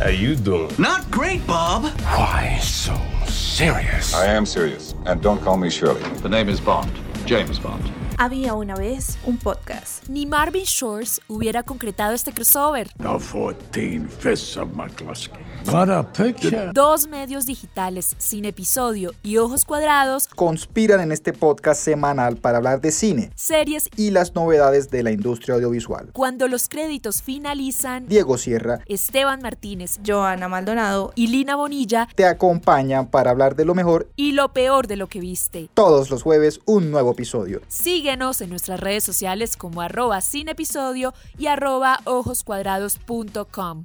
How you doing? Not great, Bob. Why so serious? I am serious, and don't call me Shirley. The name is Bond. James Bond. Había una vez un podcast. Ni Marvin Shores hubiera concretado este crossover. The 14 Fists of McCluskey. What a picture. Dos medios digitales sin episodio y ojos cuadrados conspiran en este podcast semanal para hablar de cine, series y las novedades de la industria audiovisual. Cuando los créditos finalizan, Diego Sierra, Esteban Martínez Joana Maldonado y Lina Bonilla te acompañan para hablar de lo mejor y lo peor de lo que viste. Todos los jueves un nuevo episodio. Síguenos en nuestras redes sociales como arroba sin episodio y arroba ojoscuadrados.com.